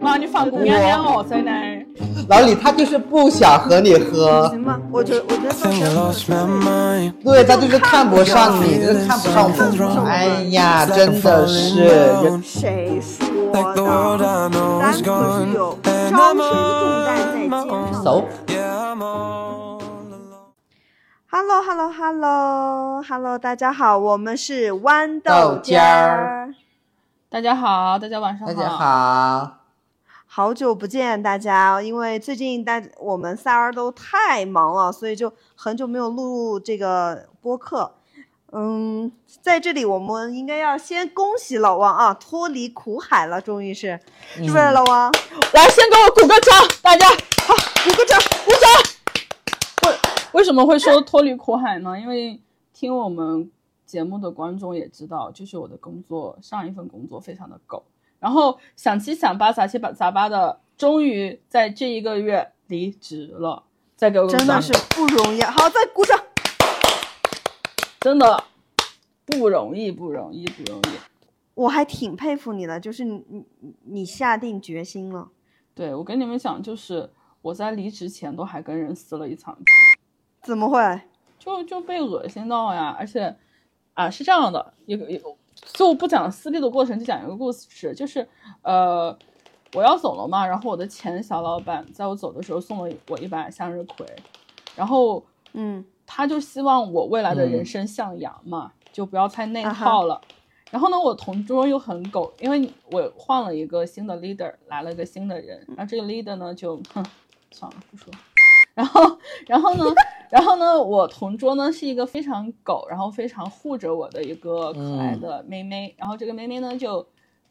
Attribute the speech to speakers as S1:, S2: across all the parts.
S1: 让你放哦公园两号才能。
S2: 老李他就是不想和你喝，
S3: 行吧，我觉得我觉得放
S4: think I
S3: 生
S4: lost my mind.
S2: 对他就是看不上你，就是看不上我。哎呀，真的是，
S3: 谁说
S4: Like the world
S3: 的？
S4: I know
S3: 咱可
S4: is
S3: 是
S4: gone.
S3: 有
S4: And
S3: 招
S4: I'm
S3: 谁重担在
S4: on
S3: 肩
S4: my
S3: 上
S4: own.
S3: 的。
S2: 走。
S4: Yeah, I'm all alone.
S3: Hello Hello Hello Hello，大家好，我们是豌豆
S2: 豆
S3: 尖
S2: 尖
S3: 儿
S2: 儿，
S1: 大家好，大家晚上
S2: 大家好，
S3: 好久不见大家，因为最近大我们仨儿都太忙了，所以就很久没有录这个播客。嗯，在这里我们应该要先恭喜老王啊，脱离苦海了，终于是，是不是老王？
S1: 来，先给我鼓个掌，大家好，鼓个掌，鼓掌。为为什么会说脱离苦海呢？因为听我们节目的观众也知道，就是我的工作上一份工作非常的狗，然后想七想八杂七八杂八的，终于在这一个月离职了。再给我个
S3: 真的
S1: 掌
S3: 是不容易。好，再鼓掌。
S1: 真的不容易，不容易，不容易。
S3: 我还挺佩服你的，就是你你你你下定决心了。
S1: 对我跟你们讲，就是我在离职前都还跟人撕了一场架
S3: 怎么会？
S1: 就就被恶心到呀，而且啊是这样的，有个有，就不讲撕逼的过程，就讲一个故事，就是呃我要走了嘛，然后我的前小老板在我走的时候送了我一把向日葵，然后
S3: 嗯，
S1: 他就希望我未来的人
S2: 嗯
S1: 生向阳嘛，就不要太内
S3: 啊哈
S1: 耗了。然后呢，我同桌又很狗，因为我换了一个新的 leader，来了一个新的人，
S3: 嗯
S1: 然后这个 leader 呢就，哼，算了，不说。然后，然后呢，然后呢，我同桌呢是一个非常狗，然后非常护着我的一个可爱的妹妹。然后这个妹妹呢就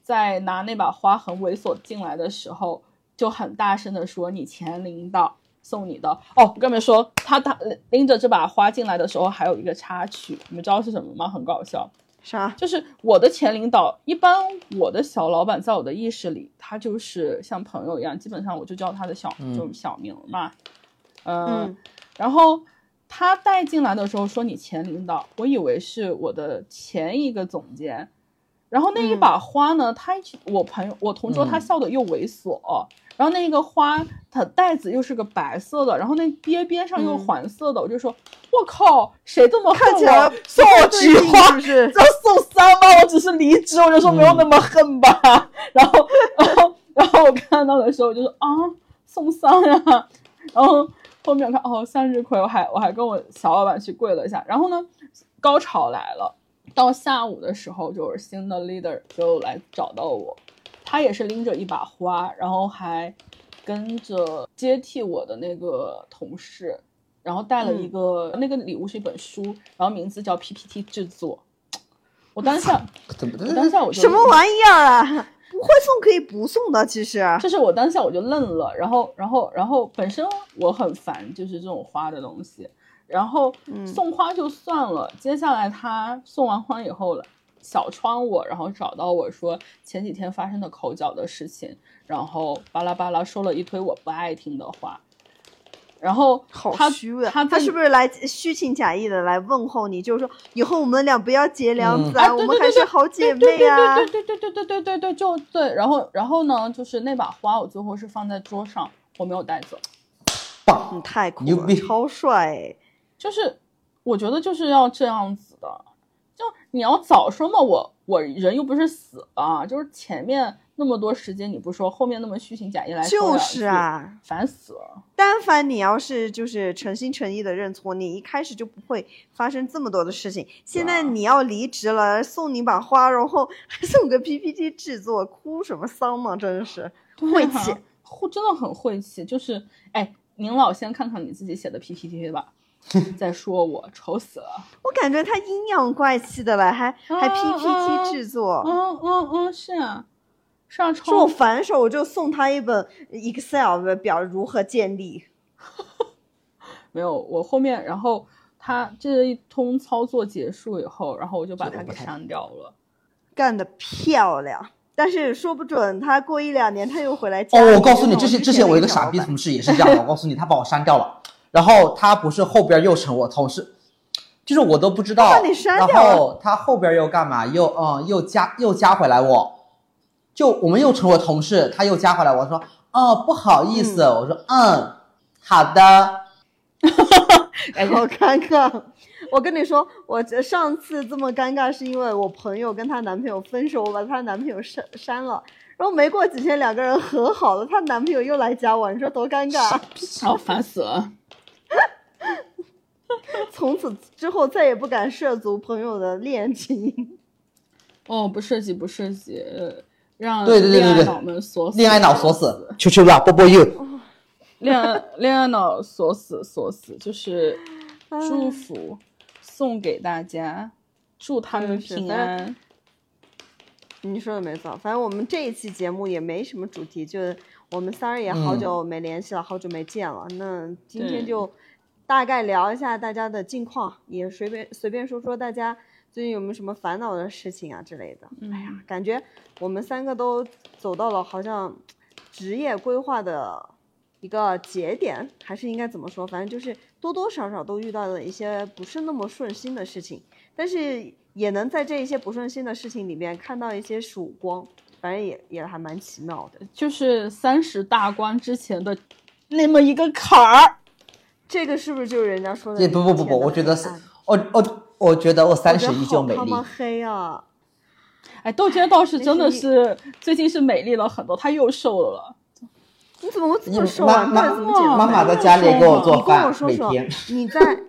S1: 在拿那把花很猥琐进来的时候，就很大声的说：“你前领导送你的。”哦，我跟你们说，她她拎着这把花进来的时候，还有一个插曲，你们知道是什么吗？很搞笑。
S3: 啥？
S1: 就是我的前领导，一般我的小老板在我的意识里，他就是像朋友一样，基本上我就叫他的小，
S2: 嗯
S1: 就是小名嘛。呃、
S3: 嗯，
S1: 然后他带进来的时候说你前领导，我以为是我的前一个总监。然后那
S3: 嗯
S1: 一把花呢，他我朋友我同桌他
S2: 嗯
S1: 笑的又猥琐，然后那个花它袋子又是个白色的，然后那边边上又
S3: 嗯
S1: 黄色的，我就说我靠，谁这么恨
S3: 看起来
S1: 哦我送我菊花？
S3: 是不是？
S1: 要送三万，我只是离职，我就说没有那么恨吧。然后，然后，然后我看到的时候，我就说啊，送三呀、然后后面我看哦，向日葵，我还我还跟我小老板去跪了一下。然后呢，高潮来了，到下午的时候，就是新的 leader 就来找到我，他也是拎着一把花，然后还跟着接替我的那个同事，然后带了
S3: 嗯
S1: 一个、那个礼物是一本书，然后名字叫 PPT 制作。我当 下，
S2: 怎么
S1: 我当下我就
S3: 什么玩意儿啊？不会送可以不送的，其实。
S1: 就是我当下我就愣了，然后，然后，然后本身我很烦就是这种花的东西，然后
S3: 嗯
S1: 送花就算了，接下来他送完花以后了，小窗我，然后找到我说前几天发生的口角的事情，然后巴拉巴拉说了一堆我不爱听的话，然后
S3: 好
S1: 他
S3: 虚伪啊！
S1: 他
S3: 他
S1: 在
S3: 是不是来虚情假意的来问候你？就是说，以后我们俩不要结
S2: 嗯
S3: 梁子啊，
S1: 啊
S3: 我
S1: 对
S3: 们
S1: 对
S3: 还
S1: 对
S3: 是
S1: 对
S3: 好姐
S1: 对
S3: 妹啊！
S1: 对对对对对对对对对，就对。然后然后呢，就是那把花我最后是放在桌上，我没有带走。
S2: 棒？
S3: 你嗯太酷
S2: 牛
S3: 了，
S2: 逼
S3: 超帅哎！
S1: 就是我觉得就是要这样子的，就你要早说嘛，我我人又不是死了，就是前面那么多时间你不说，后面那么虚情假意来说两
S3: 就
S1: 句
S3: 是，啊，
S1: 烦死了。
S3: 但凡你要是就是诚心诚意的认错，你一开始就不会发生这么多的事情。现在你
S2: 啊
S3: 要离职了，送你把花，然后还送个 PPT 制作，哭什么丧嘛？真是晦
S1: 对啊
S3: 气，
S1: 会真的很晦气。就是哎，您老先看看你自己写的 PPT 吧，再说我愁死了。
S3: 我感觉他阴阳怪气的了，还
S2: 嗯
S3: 还
S1: 啊
S3: PPT
S1: 啊
S3: 制作。
S1: 嗯嗯嗯，是啊，是啊，
S3: 说
S1: 超
S3: 我反手我就送他一本 Excel 的表如何建立。
S1: 没有，我后面然后他这一通操作结束以后，然后我就把
S2: 这个
S1: 它
S2: 不
S1: 给
S2: 太
S1: 删掉了。
S3: 干得漂亮。但是说不准他过一两年他又回来加
S2: 哦，
S3: 你
S2: 我告诉你，之
S3: 这种
S2: 前之
S3: 之
S2: 前我一个
S3: 的小
S2: 傻逼
S3: 老板
S2: 同事也是这样的，我告诉你，他把我删掉了，然后他不是后边又成我同事，就是我都不知道
S3: 他把你删，掉啊
S2: 然
S3: 了
S2: 后他后边又干嘛？又嗯又加又加回来我，就我们又成为同事，他又加回来，我说哦不好意思，我说嗯好的，
S3: 哎好尴尬。我跟你说，我这上次这么尴尬是因为我朋友跟她男朋友分手，我把她男朋友删删了，然后没过几天两个人和好了，她男朋友又来加我，你说多尴尬！
S1: 然后烦死了。
S3: 从此之后再也不敢涉足朋友的恋情。
S1: 哦，不涉及，不涉及，呃让
S2: 对对对对
S1: 恋爱
S2: 对
S1: 脑们锁死，
S2: 恋爱脑锁死，求求了，波波 you，
S1: 恋爱恋爱脑锁死锁死，就是祝福送给大家，祝他们
S3: 是
S1: 平
S3: 反正
S1: 安。嗯
S3: 你说的没错，反正我们这一期节目也没什么主题，就是我们三儿也好
S2: 嗯
S3: 久没联系了，好久没见了。那今
S1: 对
S3: 天就大概聊一下大家的近况，也随便随便说说大家最近有没有什么烦恼的事情啊之类的。
S1: 哎呀，
S3: 感觉我们三个都走到了好像职业规划的一个节点，还是应该怎么说？反正就是多多少少都遇到了一些不是那么顺心的事情，但是也能在这一些不顺心的事情里面看到一些曙光，反正也也还蛮奇妙的。
S1: 就是三十大关之前的那么一个坎儿，
S3: 这个是不是就是人家说的
S2: 对
S3: 那
S2: 不
S3: 种
S2: 不不不，
S3: 天的
S2: 我觉得
S3: 黑
S2: 是
S3: 暗，
S2: 我我我觉得我三十
S3: 我觉得
S2: 依旧
S3: 好
S2: 美
S3: 他
S2: 丽
S3: 妈，黑啊！
S1: 哎，豆尖倒是
S3: 那
S1: 真的
S3: 是
S1: 是最近是美丽了很多，她又瘦了。
S3: 你怎么我这么瘦
S2: 妈
S3: 啊？
S2: 妈
S3: 那怎么减肥啊
S2: 妈妈在家里给我做饭
S3: 你跟我，说
S2: 每
S3: 说
S2: 天。，
S3: 你在，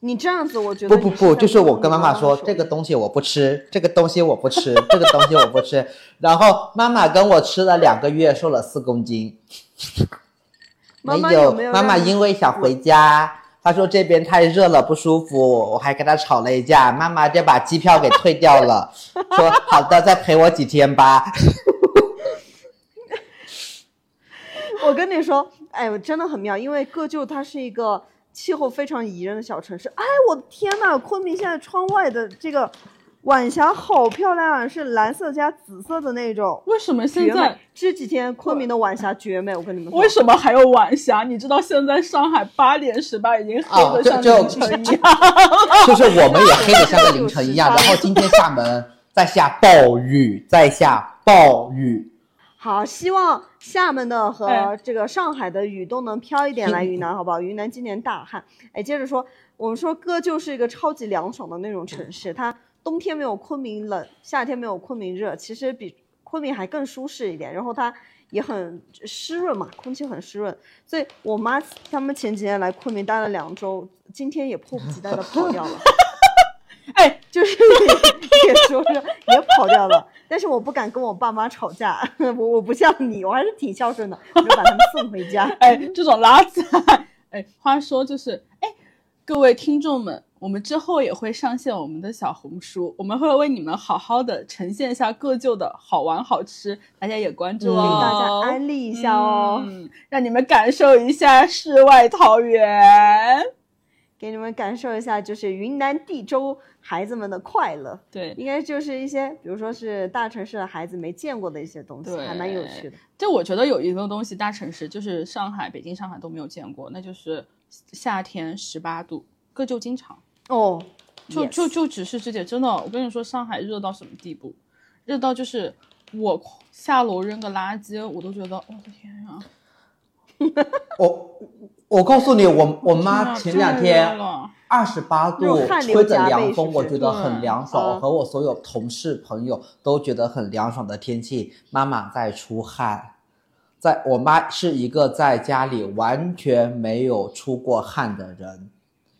S3: 你这样子，我觉得
S2: 不不不，
S3: 你
S2: 就是
S3: 在
S2: 我跟妈妈说
S3: 手
S2: 这个东西我不吃，这个东西我不吃，这个东西我不吃。然后妈妈跟我吃了两个月，瘦了四公斤。
S3: 妈妈
S2: 没
S3: 有
S2: 有
S3: 没有
S2: 妈妈
S3: 让你嗯
S2: 因为想回家，她说这边太热了不舒服，我还跟她吵了一架。妈妈就把机票给退掉 了，说好的，再陪我几天吧。
S3: 我跟你说，哎，我真的很妙，因为各就它是一个气候非常宜人的小城市。哎，我的天呐，昆明现在窗外的这个晚霞好漂亮啊，是蓝色加紫色的那种。
S1: 为什么现
S3: 绝
S1: 在
S3: 美！这几天昆明的晚霞绝美，我跟你们说。
S1: 为什么还有晚霞？你知道现在上海八点十八已经黑
S2: 哦
S1: 的像
S2: 就
S1: 凌
S2: 就
S1: 晨一样。
S3: 哦
S2: 就是我们也黑得像个凌晨一 样。然后今天厦门在下暴雨，在下暴雨。
S3: 好，希望厦门的和
S1: 哎
S3: 这个上海的雨都能飘一点来
S2: 嗯
S3: 云南，好不好？云南今年大旱。哎，接着说，我们说哥就是一个超级凉爽的那种城市，它冬天没有昆明冷，夏天没有昆明热，其实比昆明还更舒适一点。然后它也很湿润嘛，空气很湿润。所以我妈他们前几天来昆明待了两周，今天也迫不及待的跑掉了。
S1: 哎，
S3: 就是也说是也跑掉了，但是我不敢跟我爸妈吵架， 我我不像你，我还是挺孝顺的，我就把他们送回
S1: 。
S3: 家
S1: 哎，这种拉踩， 哎，话说就是，哎，各位听众们，我们之后也会上线我们的小红书，我们会为你们好好的呈现一下各就的好玩好吃，大家也关注
S2: 嗯
S1: 哦，
S2: 给
S3: 大家安利一下哦，
S1: 嗯，让你们感受一下世外桃源。
S3: 给你们感受一下就是云南地州孩子们的快乐，
S1: 对，
S3: 应该就是一些比如说是大城市的孩子没见过的一些东西，
S1: 对
S3: 还蛮有趣的。
S1: 就我觉得有一个东西，大城市就是上海、北京、上海都没有见过，那就是夏天十八度，各就经常。
S3: 哦，
S1: 就
S3: yes
S1: 就就只是这点，真的，我跟你说，上海热到什么地步？热到就是我下楼扔个垃圾，我都觉得我的天啊呀！
S2: 我我告诉你，我我
S1: 天
S2: 妈
S1: 啊真
S2: 前
S1: 的
S2: 两天
S1: 热了
S2: 二十八度
S3: 那种汗流
S2: 吹着
S3: 浃背
S2: 凉
S3: 是
S2: 风，
S3: 不
S2: 我
S3: 是
S2: 觉得很
S1: 对
S2: 凉爽。
S3: 啊
S2: 我和我所有同事朋友都觉得很凉爽的天气，妈妈在出汗。在我妈是一个在家里完全没有出过汗的人，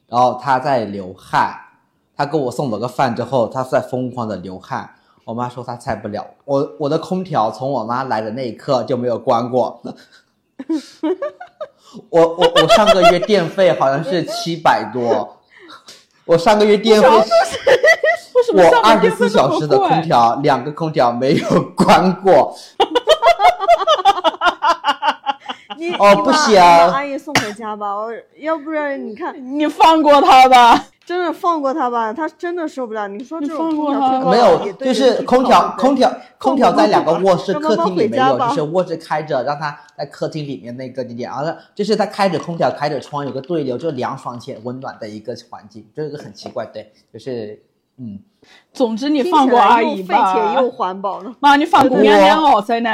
S2: 然后她在流汗。她给我送了个饭之后，她在疯狂的流汗。我妈说她菜不了，我我的空调从我妈来的那一刻就没有关过。我我我上个月电费好像是七百多，我上个月电费
S1: 为什么
S2: 我
S1: 厦
S2: 二
S1: 门
S2: 十
S1: 电费这
S2: 四小
S1: 么
S2: 时的空
S1: 贵？
S2: 调，两个空调没有关过。
S3: 你
S2: 哦
S3: 你
S2: 不
S3: 把
S2: 行
S3: 你把阿姨送回家吧，我要不然你看，
S1: 啊你放过他吧！
S3: 真的放过他吧，他真的受不了。你说这
S1: 你放
S3: 种空
S1: 过啊
S3: 调
S1: 他
S3: 吹
S1: 吧
S3: 高
S2: 没
S3: 了
S2: 有
S3: 哦也，对
S2: 就
S3: 人
S2: 是
S3: 体
S2: 空
S3: 不
S2: 调
S3: 好，对
S2: 空调，空调在两个卧室，
S3: 让
S2: 客
S3: 妈妈
S2: 厅里
S3: 回
S2: 没
S3: 家
S2: 有，
S3: 吧
S2: 就是卧室开着，让它在客厅里面那个你点，然后就是它开着空调，开着窗，有个对流，就凉爽且温暖的一个环境，这是个很奇怪，对，就是嗯，
S1: 总之你
S3: 听
S1: 放
S3: 起
S1: 过
S3: 来
S1: 阿
S3: 又
S1: 姨
S3: 费且
S1: 吧
S3: 又，环保呢。
S1: 妈，你放过
S2: 对
S1: 娘娘哦，在那，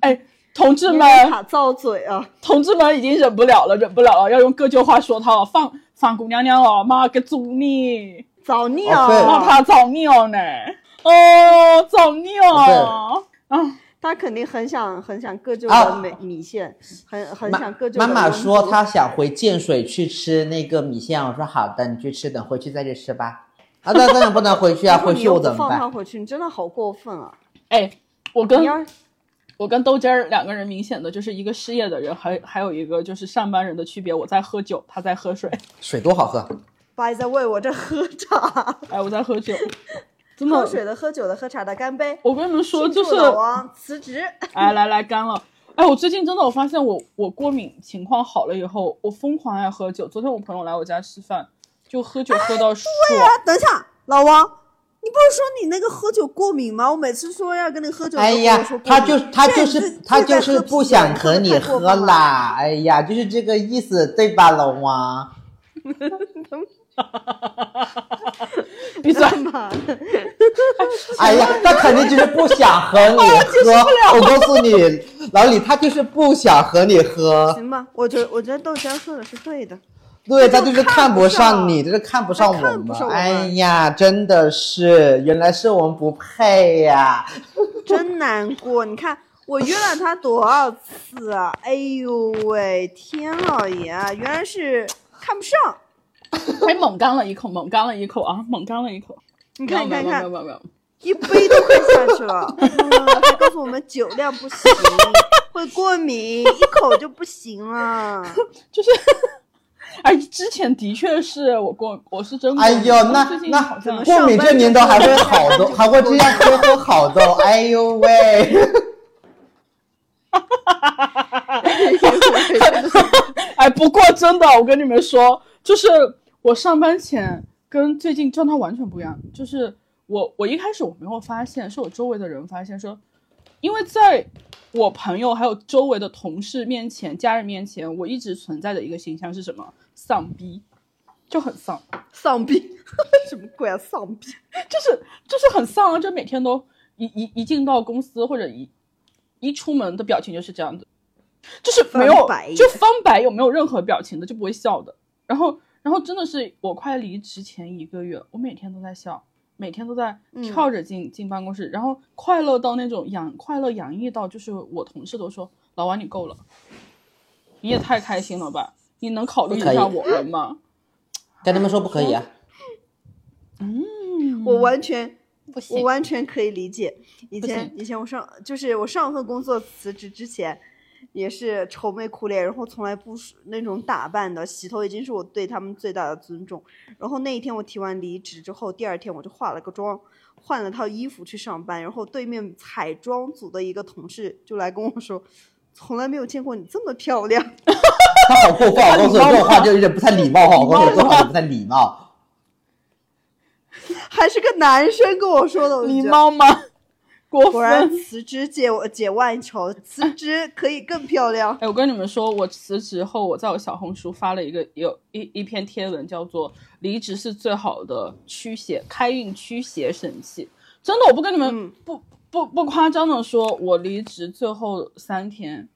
S1: 哎，同志
S3: 你
S1: 们，
S3: 卡造嘴啊！
S1: 同志们已经忍不了了，忍不了了，要用各州话说他哦，放放姑娘娘哦，妈个祖你，
S3: 造孽
S2: 哦对
S1: 妈
S3: 啊！
S1: 他造孽呢，哦，造孽哦，啊，
S3: 他肯定很想很想各就
S2: 啊
S3: 的美米线，很很
S2: 妈
S3: 想各就
S2: 妈
S3: 的
S2: 妈
S3: 温
S2: 说
S3: 度
S2: 她想回建水去吃那个米线，我说好的，你去吃，等回去再去吃吧。啊，那当然不能回去啊，
S3: 然后
S2: 回
S3: 你
S2: 去
S3: 又
S2: 我
S3: 不
S2: 怎么
S3: 放他
S2: 办？
S3: 回去，你真的好过分啊！
S1: 哎，我
S3: 你
S1: 跟
S3: 要
S1: 我跟豆汁儿两个人明显的就是一个失业的人，还还有一个就是上班人的区别，我在喝酒，他在喝水，
S2: 水多好喝，
S3: by the way，我这喝茶，
S1: 哎，我在喝 酒，真
S3: 喝
S1: 的，
S3: 水的、喝酒的、喝茶的，干杯！
S1: 我跟你们说，
S3: 庆
S1: 就
S3: 祝
S1: 是
S3: 老王辞职，
S1: 哎，来来干了！哎，我最近真的我发现我我过敏情况好了以后，我疯狂爱喝酒。昨天我朋友来我家吃饭，就喝酒喝到爽。
S3: 啊，等一下，老王。你不是说你那个喝酒过敏吗？我每次说要跟你喝酒，
S2: 哎
S3: 你都跟我
S2: 呀
S3: 说，过
S2: 他
S3: 敏
S2: 就他
S3: 这
S2: 就
S3: 这
S2: 是
S3: 这
S2: 他
S3: 在
S2: 就
S3: 喝
S2: 是
S3: 啤
S2: 不
S3: 酒
S2: 想
S3: 喝
S2: 和
S3: 得
S2: 你
S3: 太
S2: 喝
S3: 过分了
S2: 啦，哎呀，就是这个意思，对吧，老王？
S1: 闭嘴！
S3: 妈的，
S2: 哎呀，他肯定就是不 想和你
S3: 哦
S2: 喝。我告诉你，老李，他就是不想和你 喝，
S3: 行吧，我觉得我觉得豆浆说的是对的。
S2: 对
S3: 他
S2: 他
S3: 就
S2: 就是看
S3: 看不
S2: 不
S3: 上
S2: 上你，就是看不上我
S3: 他看不上我们
S2: 哎呀，真的是，原来是我们不配呀、
S3: 真难过。你看我约了他多少次啊？哎呦喂，天老爷啊，原来是看不上。
S1: 哎，猛干了一口，猛干了一口啊，猛干了一口。
S3: 你看，你
S1: 没有
S3: 看，你
S1: 没有
S3: 看
S1: 没，有没有，
S3: 一杯都快下去了。嗯还告诉我们酒量不行，会过敏，一口就不行了。
S1: 就是， 哎，之前的确是我过，我是
S3: 嗯
S1: 真过
S2: 哎
S1: 敏
S2: 呦，
S1: 但
S2: 那
S1: 最近好
S2: 那
S1: 像
S3: 么
S2: 过敏这年头还会好多，还会这样喝喝好多，哎呦喂！
S1: 哎，不过真的，我跟你们说，就是我上班前跟最近状态完全不一样。就是我，我一开始我没有发现，是我周围的人发现说，因为在我朋友还有周围的同事面前、家人面前，我一直存在的一个形象是什么？丧逼，就很丧，
S3: 丧逼， 什么鬼啊？丧逼！
S1: 就是就是很丧啊，就每天都一一一进到公司或者一一出门的表情就是这样子，就是没有
S3: 翻白眼
S1: 就翻白有没有任何表情的，就不会笑的。然后然后真的是我快离职前一个月，我每天都在笑，每天都在
S3: 嗯
S1: 跳着进、进办公室，然后快乐到那种洋快乐洋溢到，就是我同事都说老王你够了，你也太开心了吧，你能考虑一
S2: 不可以
S1: 下我们吗？
S2: 跟他们说不可以啊，
S1: 嗯
S3: 嗯我完全
S1: 不
S3: 我完全可以理解。以前以前我上就是我上份工作辞职之前，也是愁眉苦脸，然后从来不梳那种打扮的，洗头已经是我对他们最大的尊重。然后那一天我提完离职之后，第二天我就化了个妆，换了套衣服去上班。然后对面彩妆组的一个同事就来跟我说。从来没有见过你这么漂亮，
S2: 他好过分，我告诉你这种话就有点不太礼貌哈，我告诉你这种话就不太礼貌。
S3: 还是个男生跟我说的。我就
S1: 礼
S3: 觉得
S1: 貌吗？ 过
S3: 果然
S1: 分。
S3: 辞职解我解万愁，辞职可以更漂亮。
S1: 哎，我跟你们说，我辞职后，我在我小红书发了一个有一一篇贴文，叫做“离职是最好的驱邪开运驱邪神器”。真的，我不跟你们、
S3: 嗯
S1: 不不不夸张的说，我离职最后三天，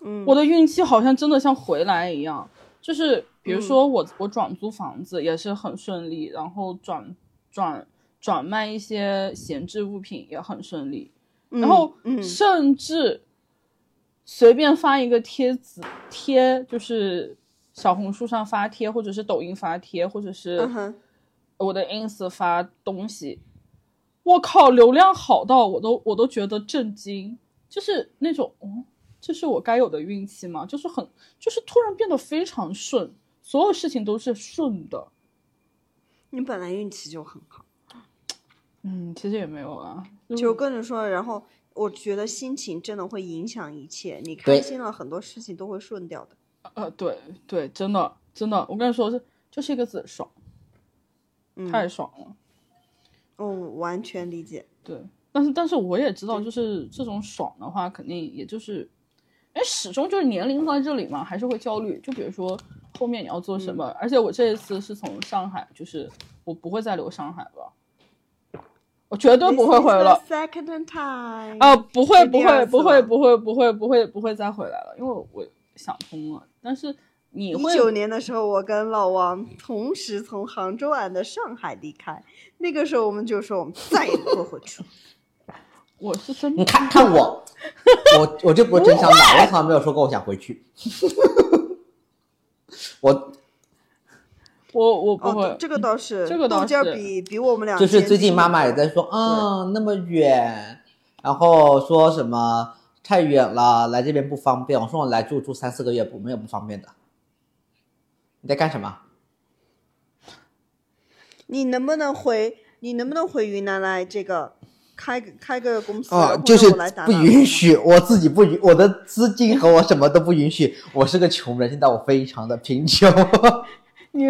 S3: 嗯，
S1: 我的运气好像真的像回来一样。就是比
S3: 嗯
S1: 如说我、我转租房子也是很顺利，然后转转转卖一些闲置物品也很顺利， 然后
S3: 嗯，嗯
S1: 甚至随便发一个贴子贴，就是小红书上发贴，或者是抖音发贴，或者是
S3: 嗯哼，
S1: 我的 ins 发东西，我靠，流量好到我都我都觉得震惊，就是那种，哦，这是我该有的运气吗？就是很，就是突然变得非常顺，所有事情都是顺的。
S3: 你本来运气就很好，
S1: 嗯，其实也没有啊，就
S3: 就跟着说，然后我觉得心情真的会影响一切，你开
S2: 对
S3: 心了，很多事情都会顺掉的。
S1: 呃，对对，真的真的，我跟你说，这就是一个字，爽，
S3: 嗯，
S1: 太爽了。
S3: 我完全理解。
S1: 对，但是但是我也知道，就是这种爽的话，肯定也就是，哎，始终就是年龄在这里嘛，
S3: 嗯
S1: 还是会焦虑。就比如说后面你要做什么，而且我这一次是从上海就是我不会再留上海了，我绝对不会回了。
S3: This is the Second time，
S1: 啊，不会
S3: 是
S1: 不
S3: 第
S1: 会
S3: 二
S1: 不
S3: 次
S1: 会
S3: 了
S1: 不会不会不会不会再回来了，因为我想通了。但是你会
S3: 一九年的时候，我跟老王同时从杭州岸的上海离开，那个时候我们就说我们再也不会回 去。
S1: 我是真
S2: 你看看我， 我我这不是真想打，我从来没有说过我想回去。 我
S1: 我我不会嗯
S3: 哦，，这个倒是，
S1: 这个倒
S3: 豆尖儿
S1: 是
S3: 比比我们俩
S2: 就是最近妈
S3: 妈
S2: 妈也在说啊、那么远，然后说什么太远了，来这边不方便。我说我来住住三四个月不没有不方便的。你在干什么？
S3: 你能不能回？你能不能回云南来？这个开个开个公司，
S2: 哦
S3: 然，后
S2: 就是
S3: 让我来打
S2: 不
S3: 打
S2: 允
S3: 工
S2: 许，我自己不允，我的资金和我什么都不允许。我是个穷人，现在我非常的贫穷。
S1: 你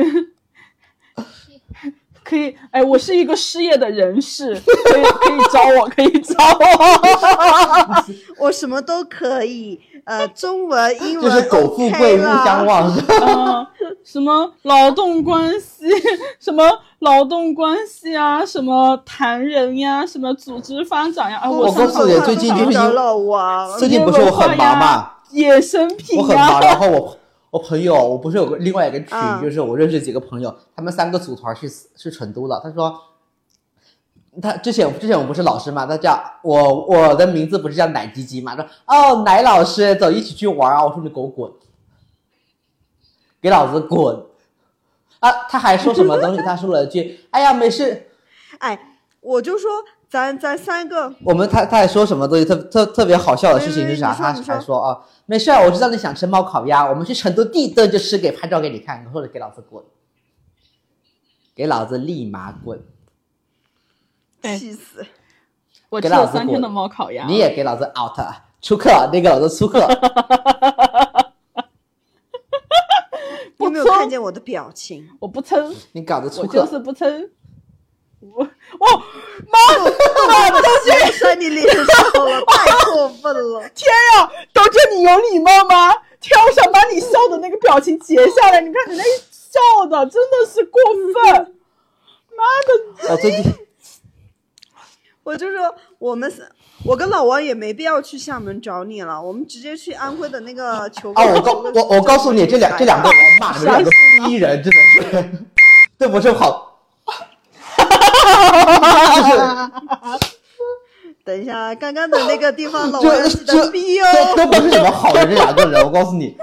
S1: 可以哎，我是一个失业的人士，可以可以找我，可以找我。
S3: 我什么都可以，呃，中文、英
S2: 就
S3: 文
S2: 是苟富
S3: OK
S2: 贵，勿
S3: 啦
S2: 相。忘。是吧
S1: 啊，什么劳动关系，什么劳动关系啊，什么谈人呀，什么组织发展呀。啊，
S2: 我
S1: 上
S2: 告诉
S1: 次
S2: 你
S1: 看
S2: 最
S1: 到
S2: 近就是
S3: 找
S2: 因
S3: 老 王，
S2: 最近不是我很忙嘛，
S1: 野生品
S2: 我很
S1: 呀、
S2: 忙。然后我我朋友，我不是有个另外一个群，
S3: 嗯
S2: 就是我认识几个朋友，他们三个组团去去成都了。他说，他之前之前我不是老师嘛，他叫我我的名字不是叫奶鸡鸡嘛，说哦奶老师，走一起去玩啊！我说你给我滚，给老子滚！啊，他还说什么东西？他说了一句：“哎呀，没事，
S3: 哎，我就说咱咱三个
S2: 我们他他还说什么东西特特特别好笑的事情是啥？
S3: 没
S2: 他
S3: 没没你说
S2: 还说啊，没事儿，我知道你想吃猫烤鸭，我们去成都第一顿就吃，给拍照给你看，或者给老子滚，给老子立马滚，
S1: 哎
S3: 气死。
S1: 我吃
S2: 给
S1: 了
S2: 老子
S1: 三天
S2: 滚
S1: 的猫烤鸭，
S2: 你也给老子 out，出客，你给老子出客。
S3: 你有没有
S1: 不错
S3: 看见我的表情？
S1: 我不撑，
S2: 你搞得出
S1: 我
S2: 客，
S1: 就是不撑。我我
S3: 在山你脸上了，太过分了！
S1: 天呀，都见你有礼貌吗？天啊，我想把你笑的那个表情截下来，你看你那笑的真的是过分。
S2: 我哦最近
S3: 我就说我们三，我跟老王也没必要去厦门找你了，我们直接去安徽的那个球
S2: 啊，
S3: 馆。
S2: 我告我我告诉你，这两这两个人骂你们两个逼人，真的是， 这不是好， 就是。
S3: 等一下，刚刚的那个地方，老王要
S2: 这
S3: 记
S2: 这
S3: 得逼哦。
S2: 这都不是什么好人，这两个人，我告诉你，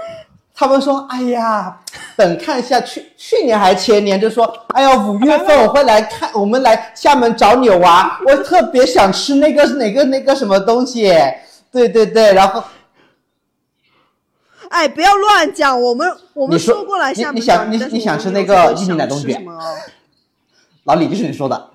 S2: 他们说，哎呀，等看一下，去去年还前年就说，哎呀，五月份我会来看，我们来厦门找你玩，我特别想吃那个哪个那个什么东西，对对对，然后
S3: 哎，不要乱讲，我们我们
S2: 你说
S3: 过来
S2: 你
S3: 厦门
S2: 你想
S3: 找
S2: 你
S3: 但是
S2: 你
S3: 我
S2: 想
S3: 们
S2: 吃
S3: 没
S2: 那
S3: 有
S2: 个
S3: 说
S2: 印尼奶冬
S3: 想吃
S2: 卷
S3: 什么哦
S2: 老李就是你说的，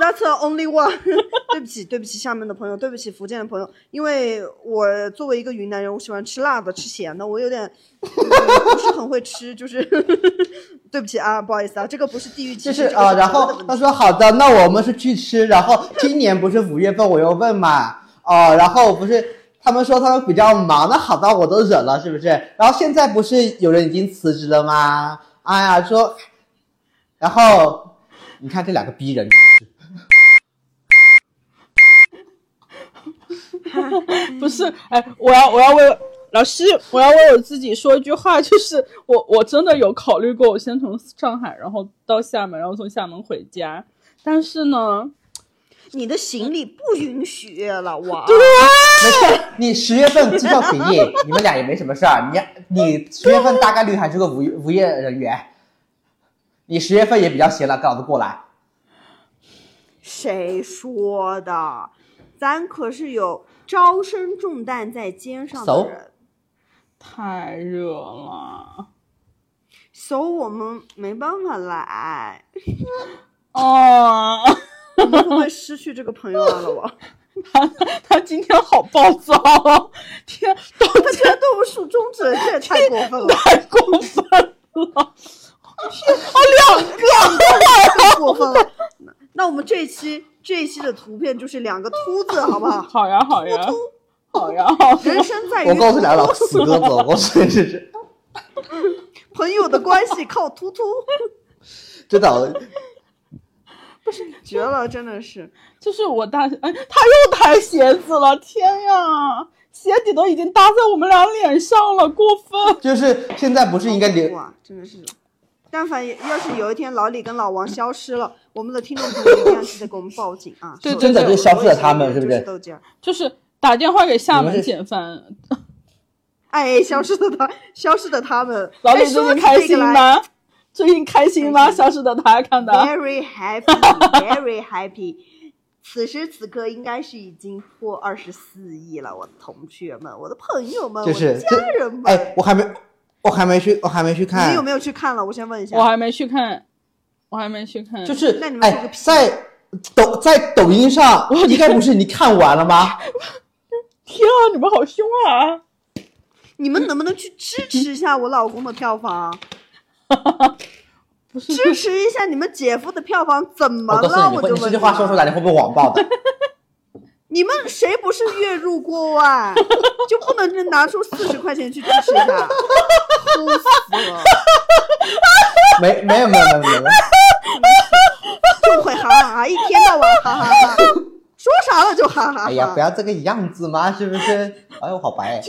S3: That's the only one 。 对不起，对不起，厦门的朋友，对不起，福建的朋友，因为我作为一个云南人，我喜欢吃辣的，吃咸的，我有点、嗯不是很会吃，就是 对不起啊，不好意思啊，这个不是地域歧
S2: 就
S3: 视，
S2: 是
S3: 这个
S2: 啊、呃然
S3: 国的
S2: 后
S3: 问
S2: 他
S3: 题
S2: 说好的，那我们是去吃。然后今年不是五月份我又问嘛，哦、然后不是他们说他们比较忙，那好的我都忍了，是不是？然后现在不是有人已经辞职了吗？哎呀，说，然后你看这两个逼人，真的是
S1: 不是，哎，我要我要为老师，我要为我自己说一句话，就是我我真的有考虑过，我先从上海，然后到厦门，然后从厦门回家。但是呢，
S3: 你的行李不允许，老王。
S2: 没事儿，你十月份机票便宜，你们俩也没什么事儿。你你十月份大概率还是个无业无业人员，你十月份也比较闲了，搞得过来。
S3: 谁说的？咱可是有招生重担在肩上的
S2: So？
S3: 人，
S1: 太热了。
S3: 所以我们没办法来。
S1: 哦，
S3: 我们会不会失去这个朋友 啊，老王？
S1: 他 他今天好暴躁啊！天，都
S3: 我觉得我竖中指，这也太过 分了，
S1: 太过分了。
S3: 太过分了。那我们这一期这一期的图片就是两个秃子，好 不好？
S1: 好呀，好呀，好呀，好呀。
S3: 人生在于
S2: 啊我告诉你俩老死鸽子，我告诉你这是。
S3: 朋友的关系靠突 突，
S2: 这倒
S3: 绝了，真的是。
S1: 就是我大哎，他又抬鞋子了，天呀，鞋底都已经搭在我们俩脸上了，过分！
S2: 就是现在不是应该留
S3: 哇，真的是。但凡要是有一天老李跟老王消失了，我们的听众朋友一定要记得给我们报警啊！
S1: 对
S3: 说
S1: 真的
S3: 我
S1: 就
S2: 消失了他们
S3: 我也
S2: 是不是
S3: 就是豆尖儿，
S1: 就是打电话给厦
S2: 你们
S1: 门
S2: 是
S1: 简帆，
S3: 哎，消失的他， 消失的他们。
S1: 老
S3: 哎
S1: 李最
S3: 说
S1: 近
S3: 起
S1: 开
S3: 这
S1: 心
S3: 个来
S1: 吗？最近开心吗？
S3: 开心
S1: 消失的他看的，
S3: ？Very happy，very happy。此 时此刻应该是已经破二十四亿了，我的同学们，我的朋友们，
S2: 就是
S3: 我的家人们。
S2: 哎，我还没我还没去我还没去看，
S3: 你有没有去看了？我先问一下。
S1: 我还没去看，我还没去看，
S2: 就是
S3: 那你们是个
S2: 哎
S3: 屁
S2: 在抖在抖音上应该不是你看完了 吗？
S1: 天啊，你们好凶啊！
S3: 你们能不能去支持一下我老公的票房？
S1: 不是
S3: 支持一下你们姐夫的票房怎么
S2: 我告
S3: 了？
S2: 诉你，你
S3: 就
S2: 会
S3: 问
S2: 你这句话说出
S3: 了，
S2: 来，你会不会网暴的？
S3: 你们谁不是月入过万， 就不能真拿出四十块钱去支持他？ 哭死了！
S2: 没没有没有没有没有，
S3: 就会哈哈哈，一天到晚哈哈哈，说啥了就哈哈哈。
S2: 哎呀，不要这个样子嘛，是不 是？哎呦，好白，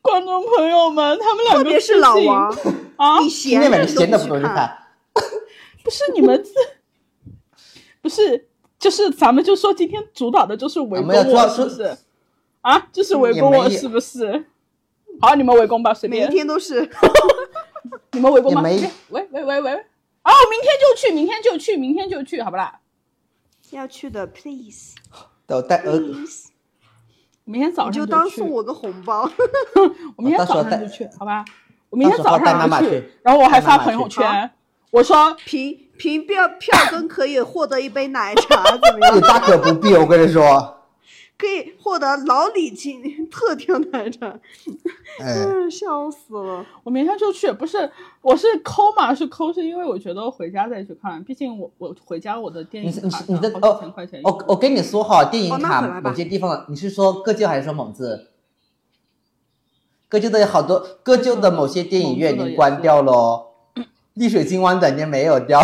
S1: 观众朋友们，他们两个
S3: 特别是
S1: 最
S3: 老
S1: 近
S3: 王，
S1: 啊，
S3: 你
S2: 今
S3: 闲
S2: 天
S3: 着
S2: 晚
S3: 你
S2: 上闲
S3: 都
S2: 的
S3: 不
S2: 不能
S3: 去
S2: 去
S3: 看，
S2: 看。
S1: 不是你们自，不是就是咱们就说今天主打的就是围
S2: 啊没有
S1: 攻我，
S2: 主
S1: 是
S2: 要
S1: 不是？啊，就是围
S2: 也
S1: 攻
S2: 没
S1: 我，
S2: 有
S1: 是不是？好，你们围攻吧，随
S3: 每一
S1: 便，
S3: 天都是。
S1: 你们围攻吧，
S2: 也没
S1: 随便喂喂喂喂，哦，明天就去，明天就去，明天就去，好不啦？
S3: 要去的，please
S2: 我带呃，
S3: please，
S1: 明天早
S3: 你
S1: 上
S3: 就当
S1: 去
S3: 送，我个红包。
S1: 我明天
S2: 啊到时候
S1: 早上
S2: 带
S1: 就去，好吧？我明天
S2: 到时候
S1: 早
S2: 带妈
S1: 上
S2: 妈
S1: 就
S2: 去，
S1: 然后我还
S2: 带妈
S1: 发
S2: 妈
S1: 朋友
S2: 去啊
S1: 圈，我说
S3: 凭凭票票根可以获得一杯奶茶，怎么
S2: 你
S3: 样？
S2: 大可不必，我跟你说，
S3: 可以获得老李亲特调奶茶，
S2: 哎，
S3: 嗯，笑死了。
S1: 我明天就去，不是，我是抠嘛，是抠，是因为我觉得回家再去看，毕竟我我回家我的电
S2: 你
S1: 影
S2: 是
S1: 卡
S2: 你是你的
S1: 上好几千
S2: 哦
S1: 块钱，
S2: 我我跟你说哈，电影
S3: 哦那
S2: 卡
S3: 回来吧
S2: 某些地方，你是说各就还是说某字？各就的有好多，各就的某些电影院已经关掉喽，丽水金湾的已经没有掉。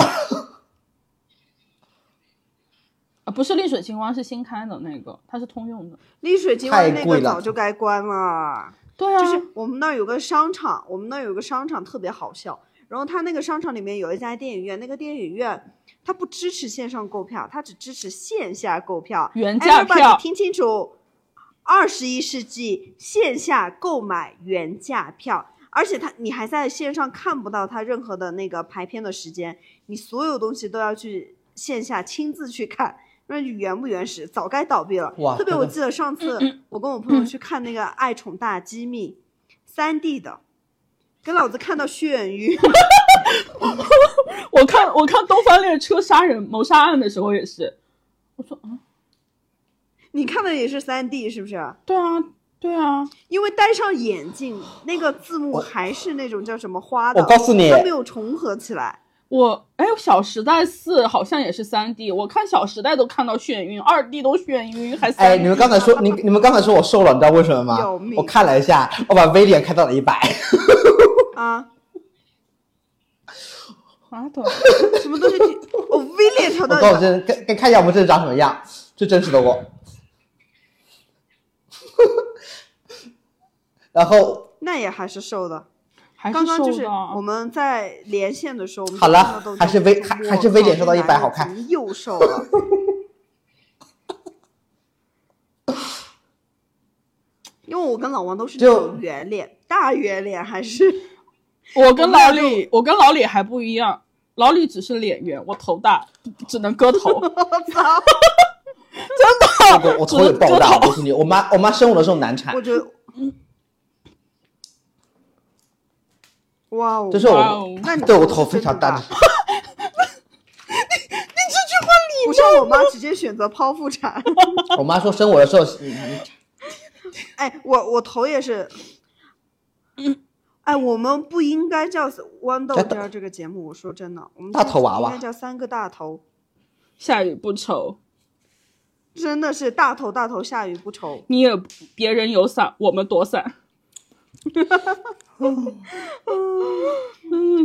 S1: 啊，不是丽水星光，是新开的那个，它是通用的。
S3: 丽水今晚那
S2: 太
S3: 个
S2: 贵了
S3: 早就该关了，
S1: 对啊，
S3: 就是我们那儿有个商场，我们那儿有个商场特别好笑。然后它那个商场里面有一家电影院，那个电影院它不支持线上购票，它只支持线下购票。
S1: 原价票
S3: Everybody 听清楚，二十一世纪线下购买原价票，而且它你还在线上看不到它任何的那个排片的时间，你所有东西都要去线下亲自去看。那原不原始，早该倒闭了。
S2: 哇
S3: 特别
S2: 真
S3: 我
S2: 的
S3: 记得上次我跟我朋友去看那个《爱宠大机密》，三 D 的，给老子看到眩晕。
S1: 我看我看《东方列车》杀人谋杀案的时候也是，我说啊，
S3: 你看的也是三 D 是不是？
S1: 对啊，对啊，
S3: 因为戴上眼镜，那个字幕还是那种叫什么花的，
S2: 哦我告诉你
S3: 它，没有重合起来。
S1: 我哎，《小时代四》好像也是三 D，我看《小时代》都看到眩晕，二 D 都眩晕，还三
S2: 哎，
S1: D
S2: 你们刚才说你你们刚才说我瘦了，你知道为什么吗
S3: 要命？
S2: 啊我看了一下，我把威廉开到了一百，
S3: 啊，
S1: 啊，对，
S3: 什么东 西？哦我 V 列调
S2: 我
S3: 到
S2: 告诉你，跟跟看一下我们真人长什么样，最真实的我。 然后
S3: 那也还是瘦的。
S1: 还是
S3: 刚刚就是
S1: 瘦的啊
S3: 我们在连线的时候，我们
S2: 好了
S3: 看到豆
S2: 还是
S3: 豆
S2: 微
S3: 说
S2: 还
S3: 我
S2: 还是微
S3: 靠
S2: 脸瘦到
S3: 这
S2: 100
S3: 男
S2: 好
S3: 的
S2: 看
S3: 怎么又瘦 了。因为我跟老王都是那
S2: 就
S3: 种圆脸、大圆脸，还是
S1: 我跟
S3: 我们俩
S1: 老李，我跟老李还不一样，老李只是脸圆，我头大，只能割头，
S3: 我操！
S2: 我我我头也爆炸，我 告诉你，我妈我妈生我的时候难产
S3: 我，觉得，哇哦！
S2: 就是
S1: 哇
S2: 我
S1: 哦
S3: 那你
S2: 对我
S3: 真的
S2: 头
S3: 是
S2: 非常
S3: 真
S2: 大
S3: 的，啊不像我妈直接选择剖腹产。
S2: 我妈说生我的时候嗯
S3: 哎，我我头也是。哎，我们不应该叫豌豆
S2: 哎
S3: 尖儿这个节目。我说真的，我们
S2: 大头娃娃
S3: 应该叫三个大头，
S1: 下雨不愁，
S3: 真的是大头大头下雨不愁。
S1: 你也别人有伞，我们躲伞。嗯，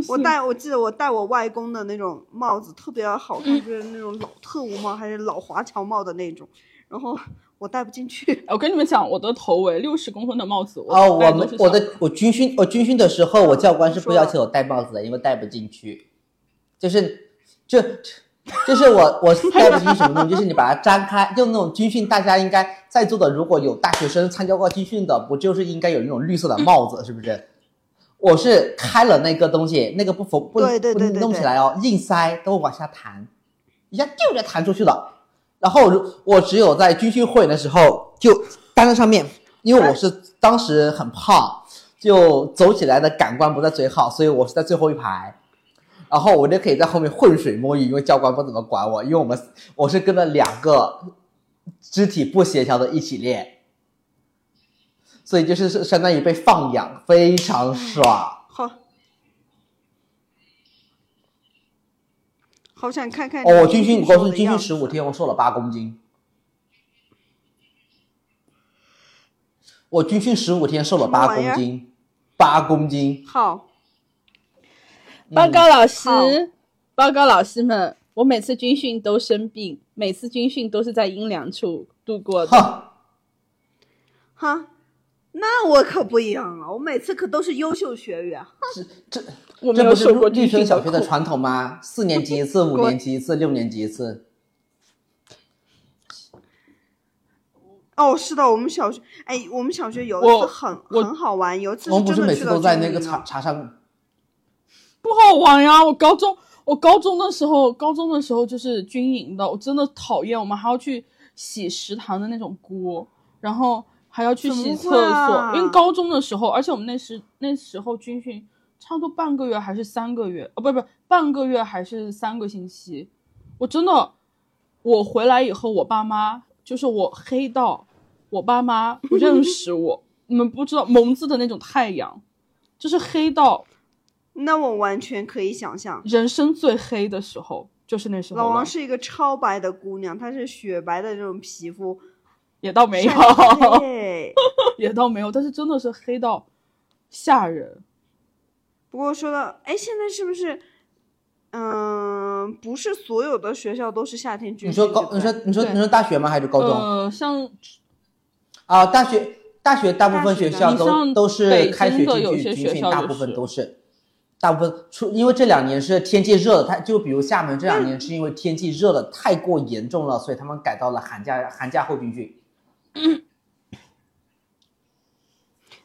S3: 我
S1: 是
S3: 戴，我记得我戴我外公的那种帽子特别好看，就是那种老特务帽还是老华侨帽的那种，然后我戴不进去。
S1: 我跟你们讲，我的头围六十公分的帽子，
S2: 哦，
S1: 戴
S2: 我
S1: 都
S2: 们
S1: 是
S2: 我
S1: 小
S2: 的我军训我军训的时候，我教官是不
S3: 说
S2: 要
S3: 了
S2: 求我戴帽子的，因为戴不进去，就是就就是我我戴不进去什么东西，就是你把它张开，就那种军训，大家应该在座的如果有大学生参加过军训的，不就是应该有那种绿色的帽子，是不是？我是开了那个东西，那个不缝不
S3: 对对对
S2: 不
S3: 对
S2: 弄起
S3: 对
S2: 来哦，硬塞都往下弹，一下就着弹出去了。然后如我只有在军训会的时候，就单在上面，因为我是当时很胖，就走起来的感官不在最好，所以我是在最后一排。然后我就可以在后面浑水摸鱼，因为教官不怎么管我，因为我们我是跟了两个肢体不协调的一起练，所以就是是相当于被放养，非常爽。
S3: 好，好想看看
S2: 哦，我
S3: 你
S2: 军训，
S3: 时
S2: 我
S3: 候
S2: 是
S3: 嗯的
S2: 军训
S3: 样
S2: 十
S3: 子
S2: 五天，我瘦了八公斤。我军训十五天，瘦了
S3: 什么
S2: 八
S3: 玩意
S2: 公
S3: 儿
S2: 斤，八公斤。
S3: 好，
S2: 嗯
S1: 报告老师
S3: 好，
S1: 报告老师们，我每次军训都生病，每次军训都是在阴凉处度过的。
S2: 嗯哼，
S3: 哈，那我可不一样了，我每次可都是优秀学员。
S2: 这
S1: 我没
S2: 这
S1: 有
S2: 不是
S1: 受过
S2: 绿
S1: 军
S2: 城
S1: 训
S2: 小学的
S1: 苦
S2: 传统吗？四年级一次，五
S3: 我
S2: 年级一次，六年级一次。
S3: 哦，是的，我们小学，哎，我们小学有一
S1: 我
S3: 次很
S1: 我
S3: 很好玩，有一次
S2: 我们不
S3: 真
S2: 是每
S3: 的去
S2: 次
S3: 了
S2: 都在那
S3: 军
S2: 个
S3: 营
S2: 茶
S3: 啊
S2: 茶上，
S1: 不好玩呀！我高中，我高中的时候，高中的时候就是军营的，我真的讨厌。我们还要去洗食堂的那种锅，然后还要去洗厕
S3: 怎么会
S1: 所，
S3: 啊
S1: 因为高中的时候，而且我们那时那时候军训差不多半个月还是三个月，哦不不，半个月还是三个星期。我真的，我回来以后，我爸妈就是我黑到我爸妈不认识我，你们不知道蒙自的那种太阳，就是黑到
S3: 那我完全可以想象，
S1: 人生最黑的时候，就是那时候
S3: 老
S1: 了
S3: 王是一个超白的姑娘，她是雪白的这种皮肤，
S1: 也倒没有，
S3: 晒黑
S1: 也倒没有，但是真的是黑到吓人。
S3: 不过说到，哎，现在是不是，嗯、不是所有的学校都是夏天军
S2: 你
S3: 训？
S2: 说高，
S3: 对
S2: 你
S3: 不对
S2: 说你说
S1: 对
S2: 你说大学吗？还是高中？
S1: 呃，像
S2: 啊，大学大学大部
S3: 大
S2: 分
S3: 学
S2: 学
S3: 的
S2: 校
S1: 你
S2: 都
S1: 像
S2: 都是
S1: 北
S2: 开
S1: 京
S2: 学
S1: 的有
S2: 进
S1: 些
S2: 去军
S1: 学
S2: 训，
S1: 校
S2: 大
S1: 就
S2: 部分
S1: 是
S2: 都是，大部分出因为这两年是天气热了，它就比如厦门这两年是因为天气热了太过严重了，所以他们改到了寒假寒假后军训。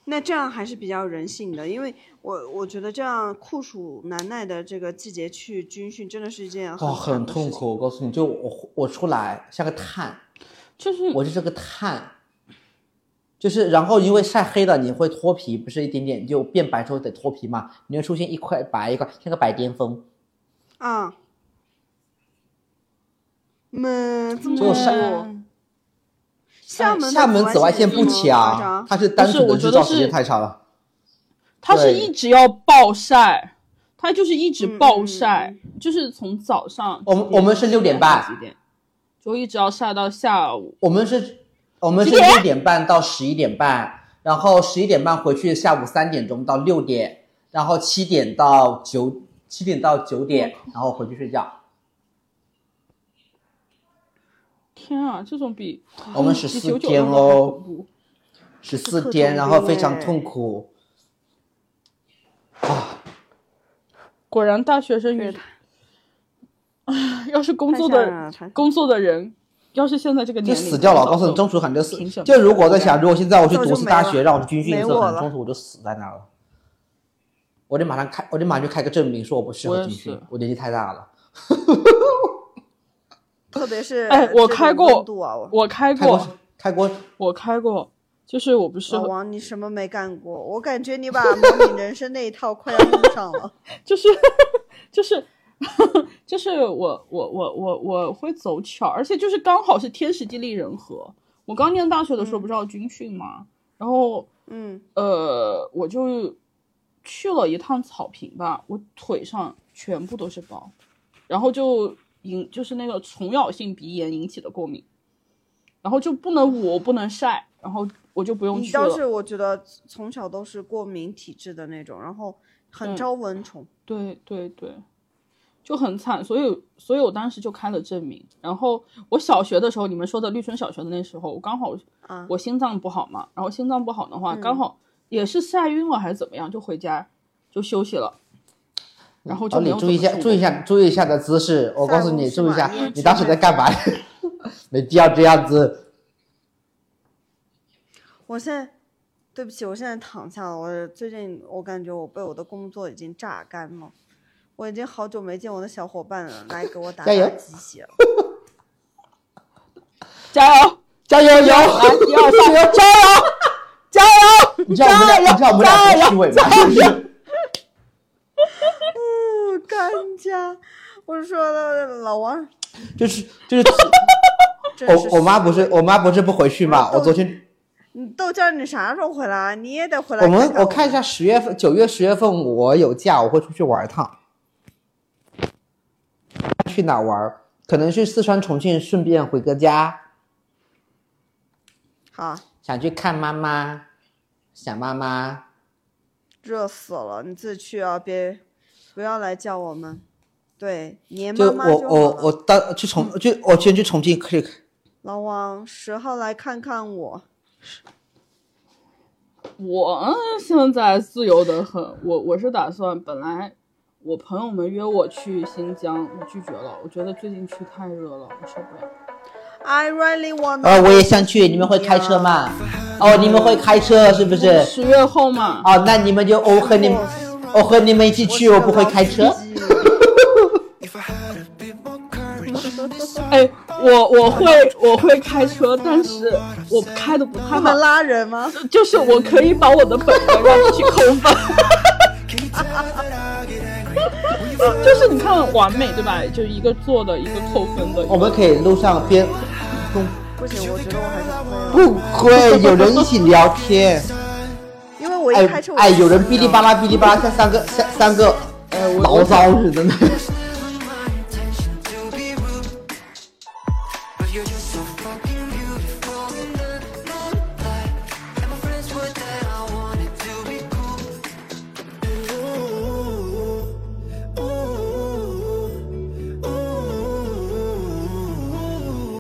S3: 那这样还是比较人性的，因为我我觉得这样酷暑难耐的这个季节去军训，真的是一件
S2: 哦，很
S3: 很惨的
S2: 痛
S3: 事情。
S2: 苦，我告诉你，就我我出来像个炭，
S1: 就是
S2: 我就是个炭，就是然后因为晒黑了，你会脱皮，不是一点点就变白之后得脱皮嘛，你会出现一块白一块，像个白癜风。
S3: 啊，们这么
S2: 就
S3: 酷
S2: 是
S1: 嗯
S3: 厦门
S2: 厦门
S3: 紫
S2: 紫外线
S3: 线
S2: 不强，它是单纯的日照时间太长了。
S1: 它是
S2: 对
S1: 一直要暴晒，它就是一直
S3: 嗯
S1: 暴
S3: 嗯
S1: 晒，就是从早上
S2: 我们
S1: 几点
S2: 我们是
S1: 到
S2: 6点半
S1: 几点，就一直要晒到下午。
S2: 我们是，我们是
S1: 几点
S2: 六点半到十一点半，然后十一点半回去，下午三点钟到六点，然后七点到九七点到九点，然后回去睡觉。
S1: 天啊，这种比啊
S2: 我们
S1: 比
S2: 14
S1: 九九
S2: 天
S1: 那种
S2: 喽
S1: 还恐怖
S2: 十
S3: 是特
S2: 四
S3: 种
S2: 天，然后非常
S3: 兵哎
S2: 痛苦。
S1: 果然大学生与
S3: 对，
S1: 要是工
S3: 太
S1: 作
S3: 吓
S1: 的
S3: 人了太
S1: 工作的人，要是现在这个
S2: 就
S1: 年龄，
S2: 死掉了！我
S1: 早
S2: 告诉你，
S1: 就
S2: 中途喊就死
S1: 凭什。么
S2: 就如果我在想，如果现在我去
S3: 早
S2: 读
S3: 就
S2: 次
S3: 没
S2: 大
S3: 了
S2: 学，让我去军训的
S3: 没
S2: 时候，
S3: 我
S2: 可能
S3: 了
S2: 中途我就死在那儿了。我得马上开，我得马上就开个证明，说我不适
S1: 我
S2: 合
S1: 也
S2: 军训
S1: 是，
S2: 我年纪太大了。
S3: 特别是
S1: 哎我
S3: 这种
S1: 开过
S3: 温度啊，我
S1: 我开
S2: 开锅
S1: 过，，
S2: 开锅，
S1: 我开过，就是我不适
S2: 啊
S3: 老
S1: 合，
S3: 王你什么没干过？我感觉你把模拟人生那一套快要用上了。
S1: 就是 就是 就是我我我我我会走巧，而且就是刚好是天时地利人和。我刚念大学的时候
S3: 嗯
S1: 不是要军训嘛，然后
S3: 嗯，
S1: 呃我就去了一趟草坪吧，我腿上全部都是包，然后就引就是那个虫咬性鼻炎引起的过敏，然后就不能捂不能晒，然后我就不用
S3: 你
S1: 去
S3: 倒
S1: 了。
S3: 是我觉得从小都是过敏体质的那种，然后很
S1: 对
S3: 招蚊虫。
S1: 对对对，就很惨，所以所以我当时就开了证明。然后我小学的时候，你们说的绿春小学的那时候，我刚好
S3: 啊
S1: 我心脏不好嘛，然后心脏不好的话，
S3: 嗯
S1: 刚好也是晒晕了还是怎么样，就回家就休息了，然后就
S2: 老
S1: 没
S2: 李
S1: 有
S2: 呃注意一下，
S1: 怎么
S2: 注意一下，注意一下你的姿势。我告诉你，
S3: 塞
S2: 注意
S3: 翁
S2: 一
S3: 失马
S2: 下
S3: 焉，
S2: 你
S3: 知
S2: 当时在
S3: 非
S2: 干嘛？ 没必要这样子。
S3: 我现在，对不起，我现在躺下了。我最近我感觉我被我的工作已经榨干了，我已经好久没见我的小伙伴了，来给我打
S2: 加
S3: 打
S2: 油
S3: 鸡血。
S1: 加油！
S2: 加油！
S1: 来
S2: 油！
S1: 一二三
S2: 加油！
S1: 加油！
S2: 你知道我们俩，你知道我们俩多虚伪吗？
S3: 不干家，我是说老王
S2: 就是就是，
S3: 真是
S2: 我我妈不是我妈不是不回去嘛？
S1: 嗯
S3: 然后
S2: 我昨天
S3: 你豆浆，你啥时候回来啊？你也得回来
S2: 我们
S3: 看
S2: 我
S3: 我
S2: 看一下十月份九月十月份我有假，我会出去玩一趟。去哪玩儿？可能去四川、重庆，顺便回个家。
S3: 好，
S2: 想去看妈妈，想妈妈。
S3: 热死了，你自己去啊，别不要来叫我们。对，黏
S2: 就
S3: 哎妈妈
S2: 我
S3: 好
S2: 我
S3: 了嗯
S2: 我到去重就我先去重庆可以
S3: 老王十号来看看我，
S1: 我嗯现在自由的很，我我是打算本来我朋友们约我去新疆，我拒绝了，我觉得最近去太热了，我受不了。
S3: I really want。
S2: 呃，我也想去，你们会开车？吗？哦，你们会开车是不是？
S3: 嗯
S1: 十月后嘛，
S2: 哦，那你们就我和你们，我和你们一起去，我不会开车。
S4: If I had a bit more courage in this
S1: 哎，我我会我会开车，但是我开的不太
S3: 不
S1: 好
S3: 能，拉人吗？
S1: 就是我可以把我的本能让你去扣分，
S4: Can you tell that I get angry? Will you
S1: 就是你看完美对吧？就一个做的，一个扣分的。
S2: 我们可以路上边
S3: 不行，我觉得我还是不会了，
S2: 不会有人一起聊天。
S3: 因为我一开
S2: 哎
S3: 车我啊
S2: 哎，
S3: 就
S2: 有人
S3: 想
S2: 哔哩吧啦哔哩吧啦，像三个像三个
S1: 哎，我
S2: 牢
S1: 我想
S2: 骚似的呢。
S4: my intention to be rude? But you're just so fucking beautiful.